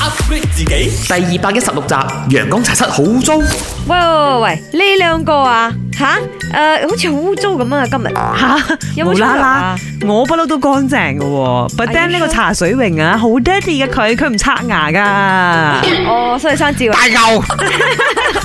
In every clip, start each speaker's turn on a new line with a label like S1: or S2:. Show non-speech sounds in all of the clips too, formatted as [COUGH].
S1: upgrade 自己。第二百一十六集，陽光茶室好糟。
S2: 喂喂喂，喂呢兩個啊，吓，誒，好似好污糟咁啊！今日
S3: [LAUGHS] 吓，
S2: 有冇
S3: 無
S2: 出
S3: 啦
S2: 入
S3: 啦
S2: 啊？，
S3: 我不嬲都乾淨嘅喎，but then
S2: you
S3: 呢個
S2: sure？
S3: 茶水榮啊，好 dirty 嘅佢，佢唔刷牙噶，
S2: [LAUGHS] 哦，所以生照啊，
S4: 大牛，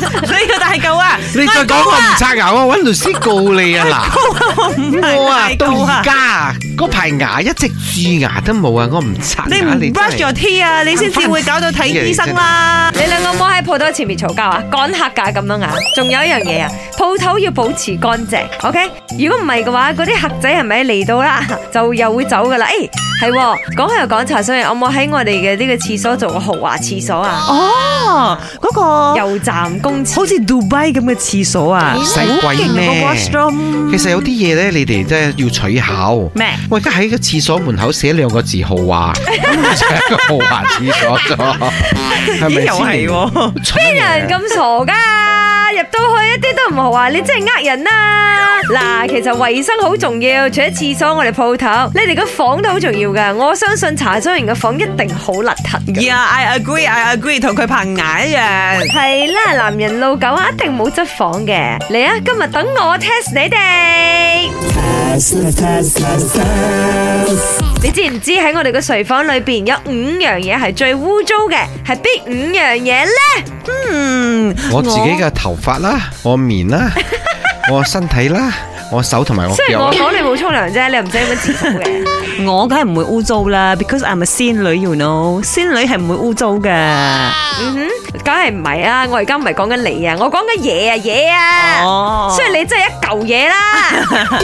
S3: 呢個大嚿啊，
S4: [LAUGHS] 你再講我唔刷牙，我揾律師告你啊嗱！我啊
S3: [LAUGHS] 大
S4: 到
S3: 嚿啊
S4: 而家啊，嗰排牙一隻蛀牙都冇啊，我唔刷
S3: 你
S4: 牙，
S3: 唔
S4: 你真
S3: brush
S4: 係
S3: your teeth 啊，你先至會搞到睇醫生啦。
S2: 你兩個冇喺鋪頭前面嘈交啊，趕客㗎咁樣啊！仲有一樣嘢啊，鋪頭要保持乾淨，OK？如果唔係嘅話，嗰啲客仔係咪嚟到啦， [LAUGHS] 就又會走噶啦？誒、係喎，講開又講茶水，有冇喺我哋嘅呢個廁所做過豪華廁所啊？
S3: 哦，嗰個
S2: 油站公廁
S3: 好似 Dubai 咁嘅廁所啊，
S4: 使鬼咩
S3: 好勁啊個 washroom
S4: 其實有啲嘢咧，你哋真係要取巧。
S3: 咩？
S4: 我而家喺個廁所門口寫兩個字豪華，咁咪就係一個豪華廁所咗，係
S3: 咦
S4: 咪
S3: 又係
S4: 先？
S3: 喎，
S4: 邊
S2: 邊有人咁傻噶？入到去一啲都唔好啊！你真係呃人啦、嗱，其實衛生好重要，除咗廁所，我哋鋪頭，你哋個房都好重要噶。我相信茶水員嘅房一定好邋遢嘅。
S3: Yeah，I agree，I agree，同佢棚牙一樣。
S2: 係啦，男人老狗啊，一定冇執房嘅。嚟啊，今日等我 test 你哋。你知唔知喺我哋嘅睡房裏邊有五樣嘢係最污糟嘅？係邊五樣嘢呢？
S3: 嗯，
S4: 我自己嘅頭髮啦，我
S3: [LAUGHS]
S4: 面啦，我身體啦，我手同埋我
S2: 雖然
S4: 腳
S2: 我
S4: 啦。
S2: 講你冇沖涼啫，你又唔使咁樣自負嘅。
S3: 我梗係唔會污糟啦，because I'm a 仙女，you know，仙女係唔會污糟嘅。
S2: 嗯哼，梗係唔係啊！我而家唔係講緊你啊，我講緊嘢啊嘢啊，
S3: 哦
S2: 雖然你真係一嚿嘢 [LAUGHS] 啦，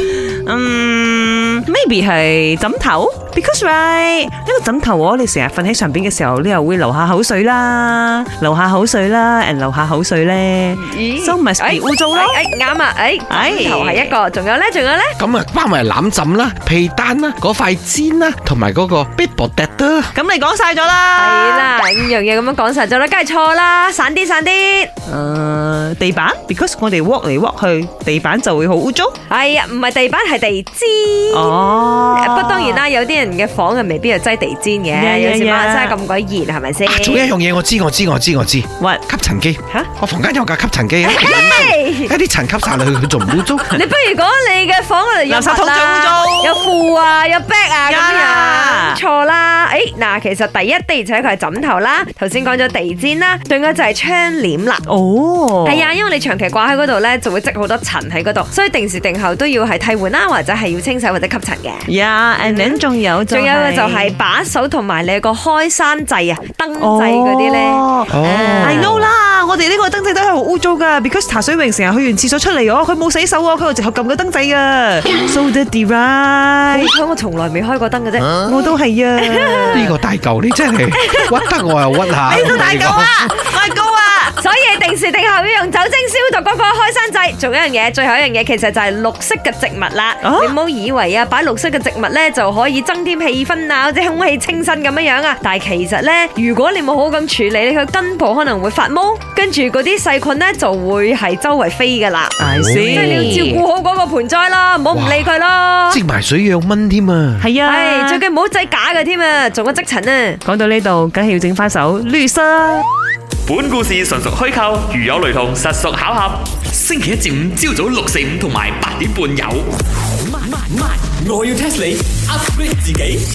S3: 嗯，maybe 係枕頭，because right 呢個枕頭我你成日瞓喺上邊嘅時候，你又會流下口水啦，流下口水啦，and 流下口水咧，so must be 污糟咯。
S2: 哎啱啊，哎
S3: 哎
S2: 枕頭係一個，仲有咧，仲有咧，
S4: 咁啊，包埋攬枕啦、被單啦、嗰塊氈啦，同埋嗰個 bed b o d 啦。
S3: 咁你講晒咗
S2: 係
S3: 啦，
S2: 哎啦，五樣嘢咁樣講晒咗啦，梗係錯啦，散啲散啲，
S3: 誒地板，because 我哋 walk 嚟 walk 去，地板就會好污糟。
S2: 哎呀，唔係地板係地氈。啊
S3: 哦，
S2: 不過當然，啦，有啲人嘅房啊，未必又擠地氈嘅，
S3: 呀
S2: 有時馬
S3: 呀
S2: 來西亞
S3: 呀
S2: 咁鬼熱，係咪先
S4: 啊，？仲有一樣嘢我知我知我知我知，吸
S3: 喂，
S4: 塵機。
S2: 吓
S4: 我房間有架吸塵
S3: [LAUGHS]
S4: 機啊，
S2: 嘿
S4: 一啲塵吸晒落去，佢仲唔污糟。
S2: 你不如講你嘅房嗰度有
S3: 垃圾桶
S2: 物啦
S3: 最污糟
S2: 有褲啊，有 bag 啊
S3: 呀
S2: 咁樣，錯啦。誒嗱，其實第一的而且確係枕頭啦，頭先講咗地氈啦，仲有就係窗簾啦。
S3: 哦，
S2: 係啊，因為你長期掛喺嗰度咧，就會積好多塵喺嗰度，所以定時定候都要係替換啦，或者係要清洗或者吸塵嘅。
S3: ，yeah，and then 仲有就
S2: 仲
S3: 係
S2: 有嘅就係把手同埋你個開山掣啊、燈掣嗰啲咧。
S3: 哦
S4: 哦
S3: I know 啦，
S2: Oh。
S3: 我哋呢個燈仔都係好污糟噶，because 茶水榮成日去完廁所出嚟哦，佢冇洗手啊，佢又直頭撳個燈仔噶，so dirty
S2: 好
S3: right，
S2: 彩哎我從來未開過燈嘅啫。
S3: 我都
S2: [LAUGHS]
S3: 係啊，
S4: 呢個大舊你真係屈得我又
S3: [LAUGHS]
S4: 屈下。
S3: 呢度大狗
S4: [LAUGHS]
S3: 啊，大狗啊，
S2: 所以定時定候要用酒精消毒嗰個開山掣，仲有一樣嘢，最後一樣嘢其實就係綠色嘅植物啦。
S3: 啊
S2: 你唔好以為啊，擺綠色嘅植物咧就可以增添氣氛啊，或者空氣清新咁樣樣啊。但係其實咧，如果你冇好好咁處理，你個根部可能會發毛，跟住嗰啲細菌咧就會係周圍飛噶啦。
S3: I
S2: 即係你要
S3: see
S2: 照顧好嗰個盆栽啦，唔好唔理佢咯。
S4: 積埋水養蚊添啊！
S3: 係
S2: 唉，
S3: 啊，
S2: 最緊唔好製假嘅添啊，仲有積塵啊。
S3: 講到呢度，梗係要整翻首綠色。
S5: 本故事純屬虛構，如有雷同，實屬巧合。星期一至五朝早六四五同埋八點半有。
S1: 慢慢慢，我要 test 你 upgrade 自己。